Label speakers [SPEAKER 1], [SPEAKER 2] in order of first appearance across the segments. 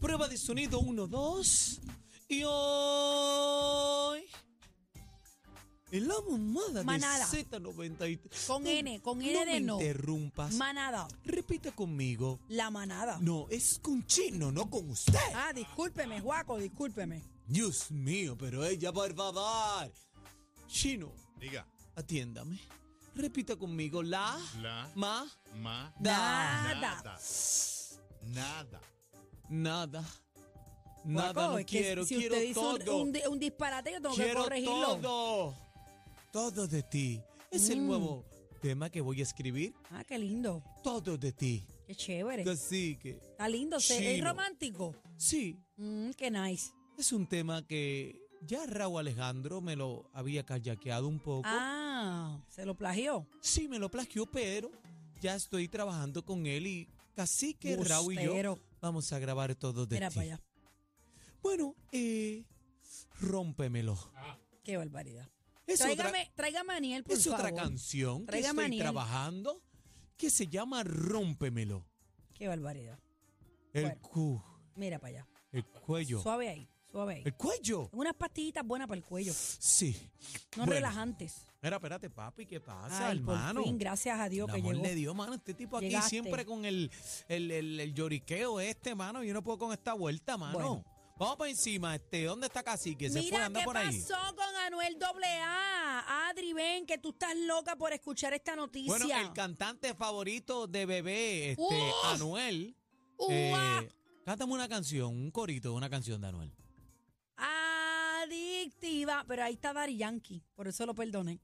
[SPEAKER 1] Prueba de sonido 1, 2. Y hoy. En la mamada
[SPEAKER 2] Manada.
[SPEAKER 1] de Z93.
[SPEAKER 2] Con N, con N
[SPEAKER 1] no
[SPEAKER 2] de
[SPEAKER 1] me
[SPEAKER 2] no.
[SPEAKER 1] interrumpas.
[SPEAKER 2] Manada.
[SPEAKER 1] Repite conmigo.
[SPEAKER 2] La manada.
[SPEAKER 1] No, es con chino, no con usted.
[SPEAKER 2] Ah, discúlpeme, Juaco, discúlpeme.
[SPEAKER 1] Dios mío, pero ella, por favor. Chino,
[SPEAKER 3] Diga,
[SPEAKER 1] atiéndame. Repita conmigo. La.
[SPEAKER 3] La.
[SPEAKER 1] Ma.
[SPEAKER 3] ma,
[SPEAKER 1] Da.
[SPEAKER 3] nada, nada.
[SPEAKER 1] Nada. Nada,
[SPEAKER 2] Juaco,
[SPEAKER 1] no
[SPEAKER 2] es que
[SPEAKER 1] quiero,
[SPEAKER 2] si
[SPEAKER 1] quiero
[SPEAKER 2] usted dice un-
[SPEAKER 1] todo.
[SPEAKER 2] Un, di- un disparate, yo tengo que
[SPEAKER 1] Quiero
[SPEAKER 2] corregirlo.
[SPEAKER 1] todo. Todo de ti. Es el
[SPEAKER 2] Mm.
[SPEAKER 1] nuevo tema que voy a escribir.
[SPEAKER 2] Ah, qué lindo.
[SPEAKER 1] Todo de ti.
[SPEAKER 2] Qué chévere.
[SPEAKER 1] Así que,
[SPEAKER 2] Está lindo. se- Es
[SPEAKER 1] Chino.
[SPEAKER 2] romántico.
[SPEAKER 1] sí,
[SPEAKER 2] Mm, qué nice.
[SPEAKER 1] es un tema que ya Raúl Alejandro me lo había kayakeado un poco.
[SPEAKER 2] Ah, se lo plagió.
[SPEAKER 1] Sí, me lo plagió, pero ya estoy trabajando con él y casi que Raúl y yo
[SPEAKER 2] Bustero.
[SPEAKER 1] vamos a grabar todo de
[SPEAKER 2] Mira
[SPEAKER 1] ti.
[SPEAKER 2] para allá.
[SPEAKER 1] Bueno, eh, rómpemelo.
[SPEAKER 2] Qué barbaridad.
[SPEAKER 1] Es otra-
[SPEAKER 2] Tráigame, tráigame a Aniel, por
[SPEAKER 1] Es otra
[SPEAKER 2] favor.
[SPEAKER 1] canción que
[SPEAKER 2] Traiga
[SPEAKER 1] estoy
[SPEAKER 2] Maniel.
[SPEAKER 1] trabajando que se llama Rómpemelo.
[SPEAKER 2] Qué barbaridad.
[SPEAKER 1] El
[SPEAKER 2] Bueno.
[SPEAKER 1] cu-
[SPEAKER 2] Mira para allá.
[SPEAKER 1] el cuello.
[SPEAKER 2] Suave ahí, suave ahí.
[SPEAKER 1] ¿El cuello?
[SPEAKER 2] Unas pastillitas buenas para el cuello.
[SPEAKER 1] Sí.
[SPEAKER 2] No
[SPEAKER 1] Bueno,
[SPEAKER 2] relajantes.
[SPEAKER 1] Mira, espérate, papi, ¿qué pasa,
[SPEAKER 2] Ay, por
[SPEAKER 1] hermano?
[SPEAKER 2] fin, gracias a Dios
[SPEAKER 1] El
[SPEAKER 2] que
[SPEAKER 1] amor
[SPEAKER 2] llegó.
[SPEAKER 1] le dio, mano. Este tipo aquí
[SPEAKER 2] Llegaste.
[SPEAKER 1] siempre con el, el, el- el lloriqueo este, mano. Yo no puedo con esta vuelta, mano.
[SPEAKER 2] Bueno.
[SPEAKER 1] Vamos para encima, este. ¿Dónde está Cacique? Se fue,
[SPEAKER 2] Mira
[SPEAKER 1] anda
[SPEAKER 2] qué
[SPEAKER 1] por ahí.
[SPEAKER 2] pasó con Anuel AA. Adri, ven que tú estás loca por escuchar esta noticia.
[SPEAKER 1] Bueno, el cantante favorito de bebé, este,
[SPEAKER 2] Uf.
[SPEAKER 1] Anuel.
[SPEAKER 2] Uah.
[SPEAKER 1] eh, cántame una canción, un corito de una canción de Anuel.
[SPEAKER 2] Adictiva. Pero ahí está Dari Yankee, por eso lo perdoné.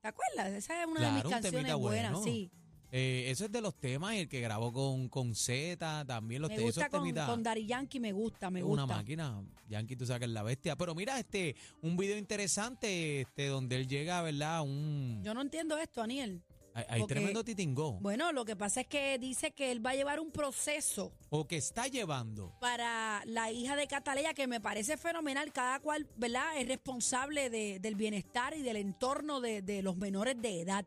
[SPEAKER 2] ¿Te acuerdas? Esa es una de
[SPEAKER 1] Claro,
[SPEAKER 2] mis
[SPEAKER 1] un
[SPEAKER 2] canciones
[SPEAKER 1] temita
[SPEAKER 2] buenas,
[SPEAKER 1] bueno.
[SPEAKER 2] sí.
[SPEAKER 1] Eh, eso es de los temas, el que grabó con, con Z, también los
[SPEAKER 2] Me
[SPEAKER 1] te-
[SPEAKER 2] gusta
[SPEAKER 1] esos
[SPEAKER 2] con,
[SPEAKER 1] temitas.
[SPEAKER 2] con Dari Yankee, me gusta, me
[SPEAKER 1] es
[SPEAKER 2] gusta.
[SPEAKER 1] Una máquina, Yankee, tú sacas la bestia. Pero mira, este, un video interesante, este, donde él llega, ¿verdad? Un,
[SPEAKER 2] Yo no entiendo esto, Aniel.
[SPEAKER 1] hay hay
[SPEAKER 2] porque-
[SPEAKER 1] tremendo titingó.
[SPEAKER 2] Bueno, lo que pasa es que dice que él va a llevar un proceso
[SPEAKER 1] o que está llevando.
[SPEAKER 2] para la hija de Cataleya, que me parece fenomenal. Cada cual, ¿verdad?, es responsable de- del bienestar y del entorno de, de los menores de edad.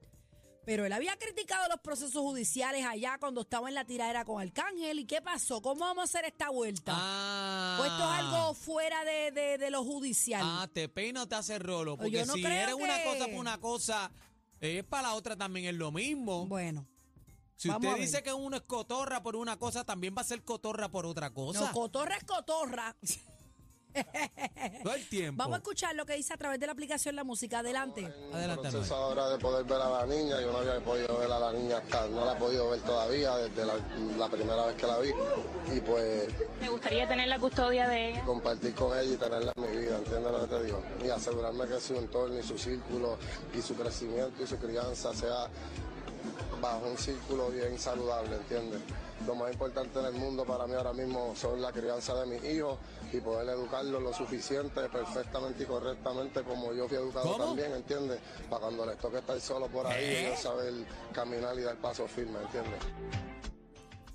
[SPEAKER 2] Pero él había criticado los procesos judiciales allá cuando estaba en la tiradera con Arcángel. ¿Y qué pasó? ¿Cómo vamos a hacer esta vuelta?
[SPEAKER 1] Ah,
[SPEAKER 2] Pues esto es algo fuera de, de- de lo judicial.
[SPEAKER 1] Ah, te peina o te hace rolo. Porque
[SPEAKER 2] Pues yo no
[SPEAKER 1] si
[SPEAKER 2] creo
[SPEAKER 1] eres una
[SPEAKER 2] que-
[SPEAKER 1] cosa para una cosa, es para la otra también es lo mismo.
[SPEAKER 2] bueno,
[SPEAKER 1] si
[SPEAKER 2] vamos a
[SPEAKER 1] usted
[SPEAKER 2] ver.
[SPEAKER 1] dice que uno es cotorra por una cosa, también va a ser cotorra por otra cosa.
[SPEAKER 2] no, cotorra es cotorra.
[SPEAKER 1] Todo el tiempo.
[SPEAKER 2] Vamos a escuchar lo que dice a través de la aplicación La Música. Adelante.
[SPEAKER 1] Adelante, Anuel.
[SPEAKER 4] Entonces ahora de poder ver a la niña, yo no había podido ver a la niña hasta, no la he podido ver todavía desde la, la primera vez que la vi y pues
[SPEAKER 5] Me gustaría tener la custodia de ella.
[SPEAKER 4] compartir con ella y tenerla en mi vida, ¿entiendes lo que te digo? Y asegurarme que su entorno y su círculo y su crecimiento y su crianza sea bajo un círculo bien saludable, ¿entiendes? Lo más importante en el mundo para mí ahora mismo son la crianza de mis hijos y poder educarlos lo suficiente, perfectamente y correctamente como yo fui educado
[SPEAKER 1] ¿Cómo?
[SPEAKER 4] también, ¿entiendes? Para cuando les toque estar solo por ahí, ellos saber caminar y dar pasos firmes, ¿entiendes?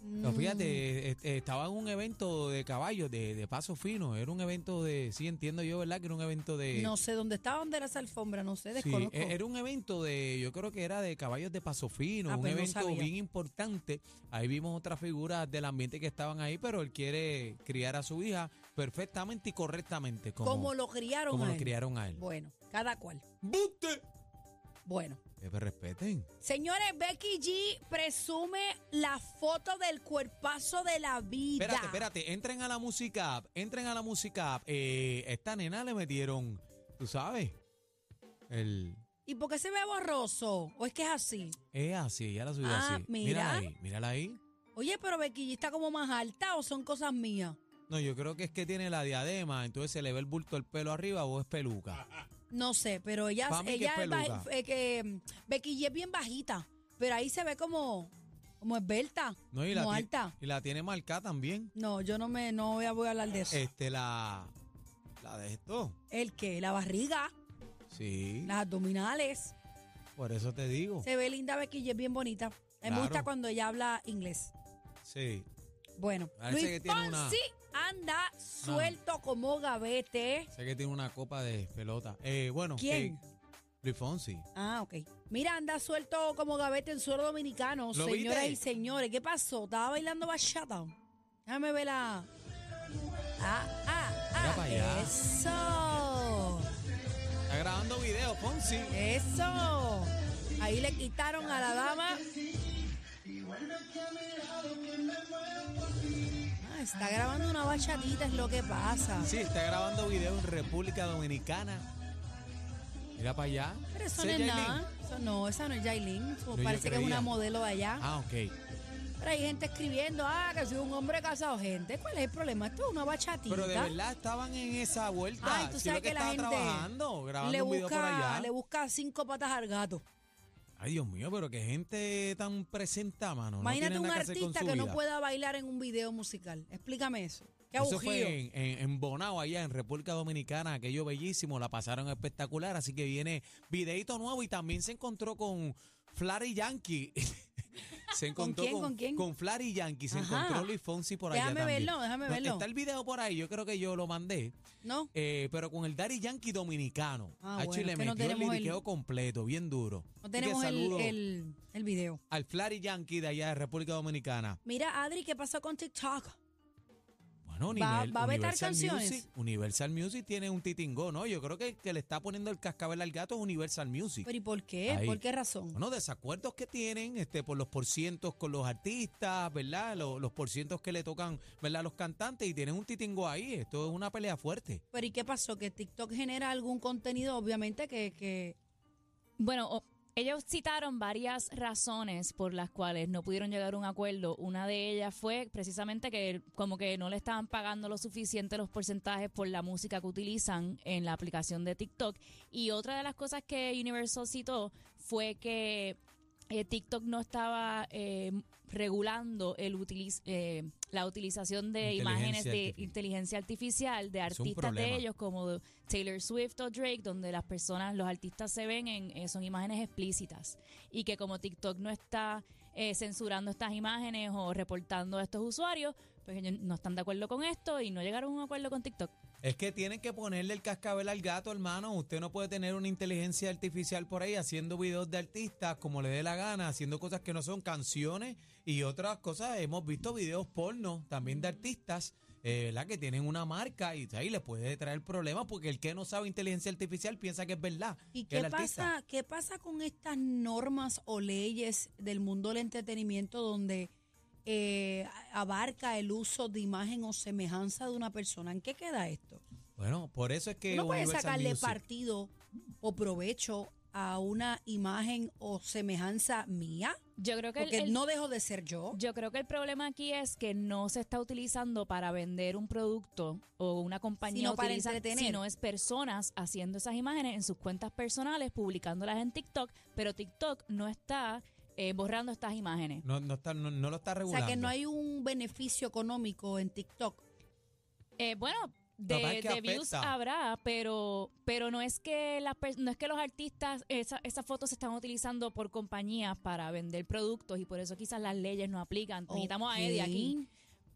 [SPEAKER 1] No,
[SPEAKER 2] Mm.
[SPEAKER 1] fíjate, este, estaba en un evento de caballos, de, de paso fino. Era un evento de, sí entiendo yo, ¿verdad? Que era un evento de...
[SPEAKER 2] No sé dónde está, dónde era esa alfombra, no sé,
[SPEAKER 1] sí,
[SPEAKER 2] desconozco.
[SPEAKER 1] e- era un evento de, yo creo que era de caballos de paso fino,
[SPEAKER 2] Ah,
[SPEAKER 1] un
[SPEAKER 2] pues no
[SPEAKER 1] evento
[SPEAKER 2] sabía.
[SPEAKER 1] bien importante. Ahí vimos otras figuras del ambiente que estaban ahí, pero él quiere criar a su hija perfectamente y correctamente, como,
[SPEAKER 2] Como lo criaron
[SPEAKER 1] como
[SPEAKER 2] a
[SPEAKER 1] lo
[SPEAKER 2] él.
[SPEAKER 1] criaron a él.
[SPEAKER 2] Bueno, cada cual.
[SPEAKER 1] ¡Buste!
[SPEAKER 2] Bueno.
[SPEAKER 1] Que me respeten.
[SPEAKER 2] Señores, Becky G presume la foto del cuerpazo de la vida.
[SPEAKER 1] Espérate, espérate, entren a la música app, entren a la música app. Eh, esta nena le metieron, tú sabes, el...
[SPEAKER 2] ¿Y por qué se ve borroso? ¿O es que es así?
[SPEAKER 1] Es así, ya la subió
[SPEAKER 2] Ah,
[SPEAKER 1] así.
[SPEAKER 2] mira.
[SPEAKER 1] Mírala ahí, mírala ahí.
[SPEAKER 2] Oye, pero Becky G está como más alta o son cosas mías.
[SPEAKER 1] No, yo creo que es que tiene la diadema, entonces se le ve el bulto el pelo arriba o es peluca.
[SPEAKER 2] No sé, pero ella,
[SPEAKER 1] Pa' mí que
[SPEAKER 2] ella
[SPEAKER 1] es
[SPEAKER 2] es baji-
[SPEAKER 1] peluca.
[SPEAKER 2] eh, que mm, Becky G es bien bajita, pero ahí se ve como, como esbelta,
[SPEAKER 1] No, y la,
[SPEAKER 2] como
[SPEAKER 1] ti-
[SPEAKER 2] alta.
[SPEAKER 1] y la tiene marcada también.
[SPEAKER 2] No, yo no me no voy a, voy a hablar de eso.
[SPEAKER 1] Este, la. La de esto.
[SPEAKER 2] ¿El qué? La barriga,
[SPEAKER 1] Sí.
[SPEAKER 2] las abdominales.
[SPEAKER 1] Por eso te digo.
[SPEAKER 2] Se ve linda Becky G, es bien bonita. A mí Me
[SPEAKER 1] Claro.
[SPEAKER 2] gusta cuando ella habla inglés.
[SPEAKER 1] Sí.
[SPEAKER 2] Bueno,
[SPEAKER 1] Parece
[SPEAKER 2] Luis
[SPEAKER 1] que tiene una-
[SPEAKER 2] Fonsi anda suelto como gavete.
[SPEAKER 1] Sé que tiene una copa de pelota. Eh, bueno,
[SPEAKER 2] ¿Quién?
[SPEAKER 1] eh, Luis Fonsi.
[SPEAKER 2] Ah, ok. Mira, anda suelto como gavete en suelo dominicano,
[SPEAKER 1] ¿Lo
[SPEAKER 2] señoras
[SPEAKER 1] viste?
[SPEAKER 2] y señores. ¿Qué pasó? ¿Estaba bailando bachata? Déjame ver la... Ah, ah,
[SPEAKER 1] Mira
[SPEAKER 2] ah.
[SPEAKER 1] pa' allá.
[SPEAKER 2] Eso.
[SPEAKER 1] Está grabando video, Fonsi.
[SPEAKER 2] Eso. Ahí le quitaron a la dama. Ah, está grabando una bachatita, es lo que pasa.
[SPEAKER 1] Sí, está grabando video en República Dominicana. Mira para allá.
[SPEAKER 2] Pero eso
[SPEAKER 1] ¿Sí,
[SPEAKER 2] no es
[SPEAKER 1] Yailin?
[SPEAKER 2] nada. Eso no, esa no es Yailin. Eso
[SPEAKER 1] No, yo
[SPEAKER 2] Parece que es una
[SPEAKER 1] creía.
[SPEAKER 2] modelo de allá.
[SPEAKER 1] Ah, ok.
[SPEAKER 2] Pero hay gente escribiendo, ah, que soy un hombre casado. Gente, ¿cuál es el problema? Esto es una bachatita.
[SPEAKER 1] Pero de verdad estaban en esa vuelta.
[SPEAKER 2] Ay, tú
[SPEAKER 1] Sí,
[SPEAKER 2] sabes
[SPEAKER 1] lo que,
[SPEAKER 2] que
[SPEAKER 1] estaba
[SPEAKER 2] la gente
[SPEAKER 1] trabajando, grabando
[SPEAKER 2] le
[SPEAKER 1] un video por
[SPEAKER 2] busca,
[SPEAKER 1] allá.
[SPEAKER 2] le busca cinco patas al gato.
[SPEAKER 1] Ay, Dios mío, pero qué gente tan presenta, mano. No
[SPEAKER 2] Imagínate
[SPEAKER 1] tienen
[SPEAKER 2] un
[SPEAKER 1] nada hacer con
[SPEAKER 2] artista
[SPEAKER 1] su
[SPEAKER 2] que no
[SPEAKER 1] vida.
[SPEAKER 2] pueda bailar en un video musical. Explícame eso. Qué
[SPEAKER 1] Eso
[SPEAKER 2] aburrido.
[SPEAKER 1] fue en, en, en Bonao, allá en República Dominicana, aquello bellísimo, la pasaron espectacular, así que viene videito nuevo y también se encontró con Flary Yankee. se
[SPEAKER 2] ¿Con
[SPEAKER 1] encontró
[SPEAKER 2] quién, con quién?
[SPEAKER 1] Flary Yankee, se
[SPEAKER 2] Ajá.
[SPEAKER 1] encontró Luis Fonsi por allá
[SPEAKER 2] Déjame
[SPEAKER 1] también.
[SPEAKER 2] verlo, déjame
[SPEAKER 1] No,
[SPEAKER 2] verlo.
[SPEAKER 1] Está el video por ahí, yo creo que yo lo mandé,
[SPEAKER 2] ¿No?
[SPEAKER 1] eh, pero con el Daddy Yankee dominicano.
[SPEAKER 2] Ah,
[SPEAKER 1] Hacho, y
[SPEAKER 2] bueno,
[SPEAKER 1] le
[SPEAKER 2] es que no
[SPEAKER 1] metió el
[SPEAKER 2] tenemos el-
[SPEAKER 1] liriqueo completo, bien duro. Así
[SPEAKER 2] No
[SPEAKER 1] que
[SPEAKER 2] tenemos el,
[SPEAKER 1] saludo
[SPEAKER 2] el- el video.
[SPEAKER 1] al Flary Yankee de allá de República Dominicana.
[SPEAKER 2] Mira, Adri, ¿qué pasó con TikTok?
[SPEAKER 1] Bueno,
[SPEAKER 2] Va-
[SPEAKER 1] nivel-
[SPEAKER 2] va a vetar
[SPEAKER 1] Universal
[SPEAKER 2] canciones.
[SPEAKER 1] Music, Universal Music tiene un titingó, ¿no? Yo creo que el que le está poniendo el cascabel al gato es Universal Music.
[SPEAKER 2] ¿Pero y por qué?
[SPEAKER 1] Ahí.
[SPEAKER 2] ¿Por qué razón?
[SPEAKER 1] Bueno, desacuerdos que tienen este, por los porcientos con los artistas, ¿verdad? Lo- Los, porcientos que le tocan, ¿verdad? Los cantantes y tienen un titingo ahí. Esto es una pelea fuerte.
[SPEAKER 2] ¿Pero y qué pasó? Que TikTok genera algún contenido, obviamente, que... que...
[SPEAKER 6] Bueno, o- ellos citaron varias razones por las cuales no pudieron llegar a un acuerdo. Una de ellas fue precisamente que el- como que no le estaban pagando lo suficiente los porcentajes por la música que utilizan en la aplicación de TikTok. Y otra de las cosas que Universal citó fue que eh, TikTok no estaba eh, regulando el utiliz- eh, la utilización de
[SPEAKER 1] Inteligencia
[SPEAKER 6] imágenes de
[SPEAKER 1] artificial.
[SPEAKER 6] inteligencia artificial de
[SPEAKER 1] Es un
[SPEAKER 6] artistas de
[SPEAKER 1] problema.
[SPEAKER 6] ellos como de Taylor Swift o Drake, donde las personas, los artistas se ven en, eh, son imágenes explícitas y que como TikTok no está eh, censurando estas imágenes o reportando a estos usuarios, pues ellos no están de acuerdo con esto y no llegaron a un acuerdo con TikTok.
[SPEAKER 1] Es que tienen que ponerle el cascabel al gato, hermano. Usted no puede tener una inteligencia artificial por ahí haciendo videos de artistas como le dé la gana, haciendo cosas que no son canciones y otras cosas. Hemos visto videos porno también de artistas. eh, ¿verdad? que tienen una marca y ahí les puede traer problemas porque el que no sabe inteligencia artificial piensa que es verdad.
[SPEAKER 2] ¿Y
[SPEAKER 1] que es
[SPEAKER 2] qué
[SPEAKER 1] el artista.
[SPEAKER 2] pasa, qué pasa con estas normas o leyes del mundo del entretenimiento donde eh, abarca el uso de imagen o semejanza de una persona? ¿En qué queda esto?
[SPEAKER 1] Bueno, por eso es que...
[SPEAKER 2] Tú no puedes
[SPEAKER 1] Universal
[SPEAKER 2] sacarle
[SPEAKER 1] Music-
[SPEAKER 2] partido o provecho a una imagen o semejanza mía,
[SPEAKER 6] Yo creo que el-
[SPEAKER 2] porque
[SPEAKER 6] el-
[SPEAKER 2] no dejo de ser yo.
[SPEAKER 6] Yo creo que el problema aquí es que no se está utilizando para vender un producto o una compañía,
[SPEAKER 2] Sino para
[SPEAKER 6] utiliza-
[SPEAKER 2] entretener.
[SPEAKER 6] sino es personas haciendo esas imágenes en sus cuentas personales, publicándolas en TikTok, pero TikTok no está eh, borrando estas imágenes.
[SPEAKER 1] No, no, está, no, no lo está
[SPEAKER 2] O
[SPEAKER 1] regulando.
[SPEAKER 2] sea, que no hay un beneficio económico en TikTok.
[SPEAKER 6] Eh, bueno,
[SPEAKER 1] Lo que pasa
[SPEAKER 6] de,
[SPEAKER 1] es que
[SPEAKER 6] de views
[SPEAKER 1] afecta.
[SPEAKER 6] habrá, pero pero no es que las pers- no es que los artistas esa- esas fotos se están utilizando por compañías para vender productos y por eso quizás las leyes no aplican. Necesitamos a Eddie aquí,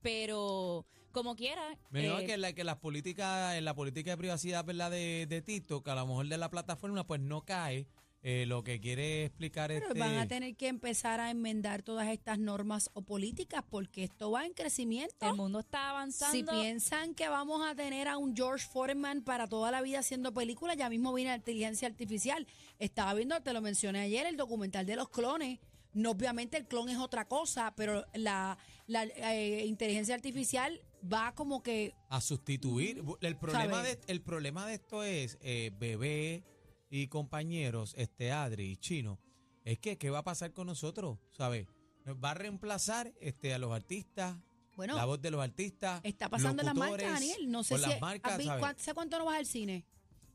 [SPEAKER 6] pero como quiera.
[SPEAKER 1] Me imagino
[SPEAKER 6] eh,
[SPEAKER 1] que, la, que las políticas, en la política de privacidad ¿verdad? De, de TikTok, a lo mejor de la plataforma, pues no cae. Eh, lo que quiere explicar este, es.
[SPEAKER 2] Pero van a tener que empezar a enmendar todas estas normas o políticas porque esto va en crecimiento.
[SPEAKER 6] El mundo está avanzando.
[SPEAKER 2] Si piensan que vamos a tener a un George Foreman para toda la vida haciendo películas, ya mismo viene la inteligencia artificial. Estaba viendo, te lo mencioné ayer, el documental de los clones. No, obviamente el clon es otra cosa, pero la, la, eh, inteligencia artificial va como que
[SPEAKER 1] a sustituir. El problema,
[SPEAKER 2] Sabe.
[SPEAKER 1] de, el problema de esto es eh, bebé y compañeros, este Adri y Chino, es que ¿qué va a pasar con nosotros? ¿Sabes? Nos va a reemplazar este, a los artistas,
[SPEAKER 2] Bueno,
[SPEAKER 1] la voz de los artistas.
[SPEAKER 2] está pasando en las marcas,
[SPEAKER 1] locutores,
[SPEAKER 2] Daniel. No sé
[SPEAKER 1] con
[SPEAKER 2] si.
[SPEAKER 1] las marcas,
[SPEAKER 2] ¿has vi-
[SPEAKER 1] ¿sabes?
[SPEAKER 2] cuán- ¿Hace cuánto no vas al cine?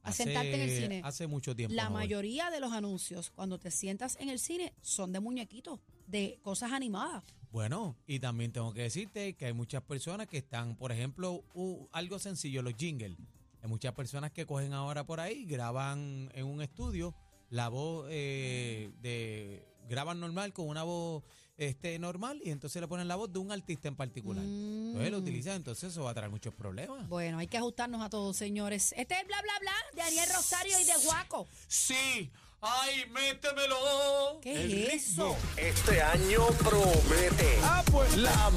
[SPEAKER 2] A sentarte en el
[SPEAKER 1] Hace-
[SPEAKER 2] cine.
[SPEAKER 1] Hace mucho tiempo.
[SPEAKER 2] La
[SPEAKER 1] no voy.
[SPEAKER 2] mayoría de los anuncios, cuando te sientas en el cine, son de muñequitos, de cosas animadas.
[SPEAKER 1] Bueno, y también tengo que decirte que hay muchas personas que están, por ejemplo, u- algo sencillo, los jingles. Hay muchas personas que cogen ahora por ahí, graban en un estudio la voz eh, de... Graban normal con una voz este normal y entonces le ponen la voz de un artista en particular. Entonces lo
[SPEAKER 2] Mm.
[SPEAKER 1] utilizan, entonces eso va a traer muchos problemas.
[SPEAKER 2] Bueno, hay que ajustarnos a todos, señores. Este es el bla bla bla de Daniel Rosario y de Guaco.
[SPEAKER 1] Sí, ay, métemelo.
[SPEAKER 2] ¿Qué es eso?
[SPEAKER 7] Este año promete. Ah, pues. La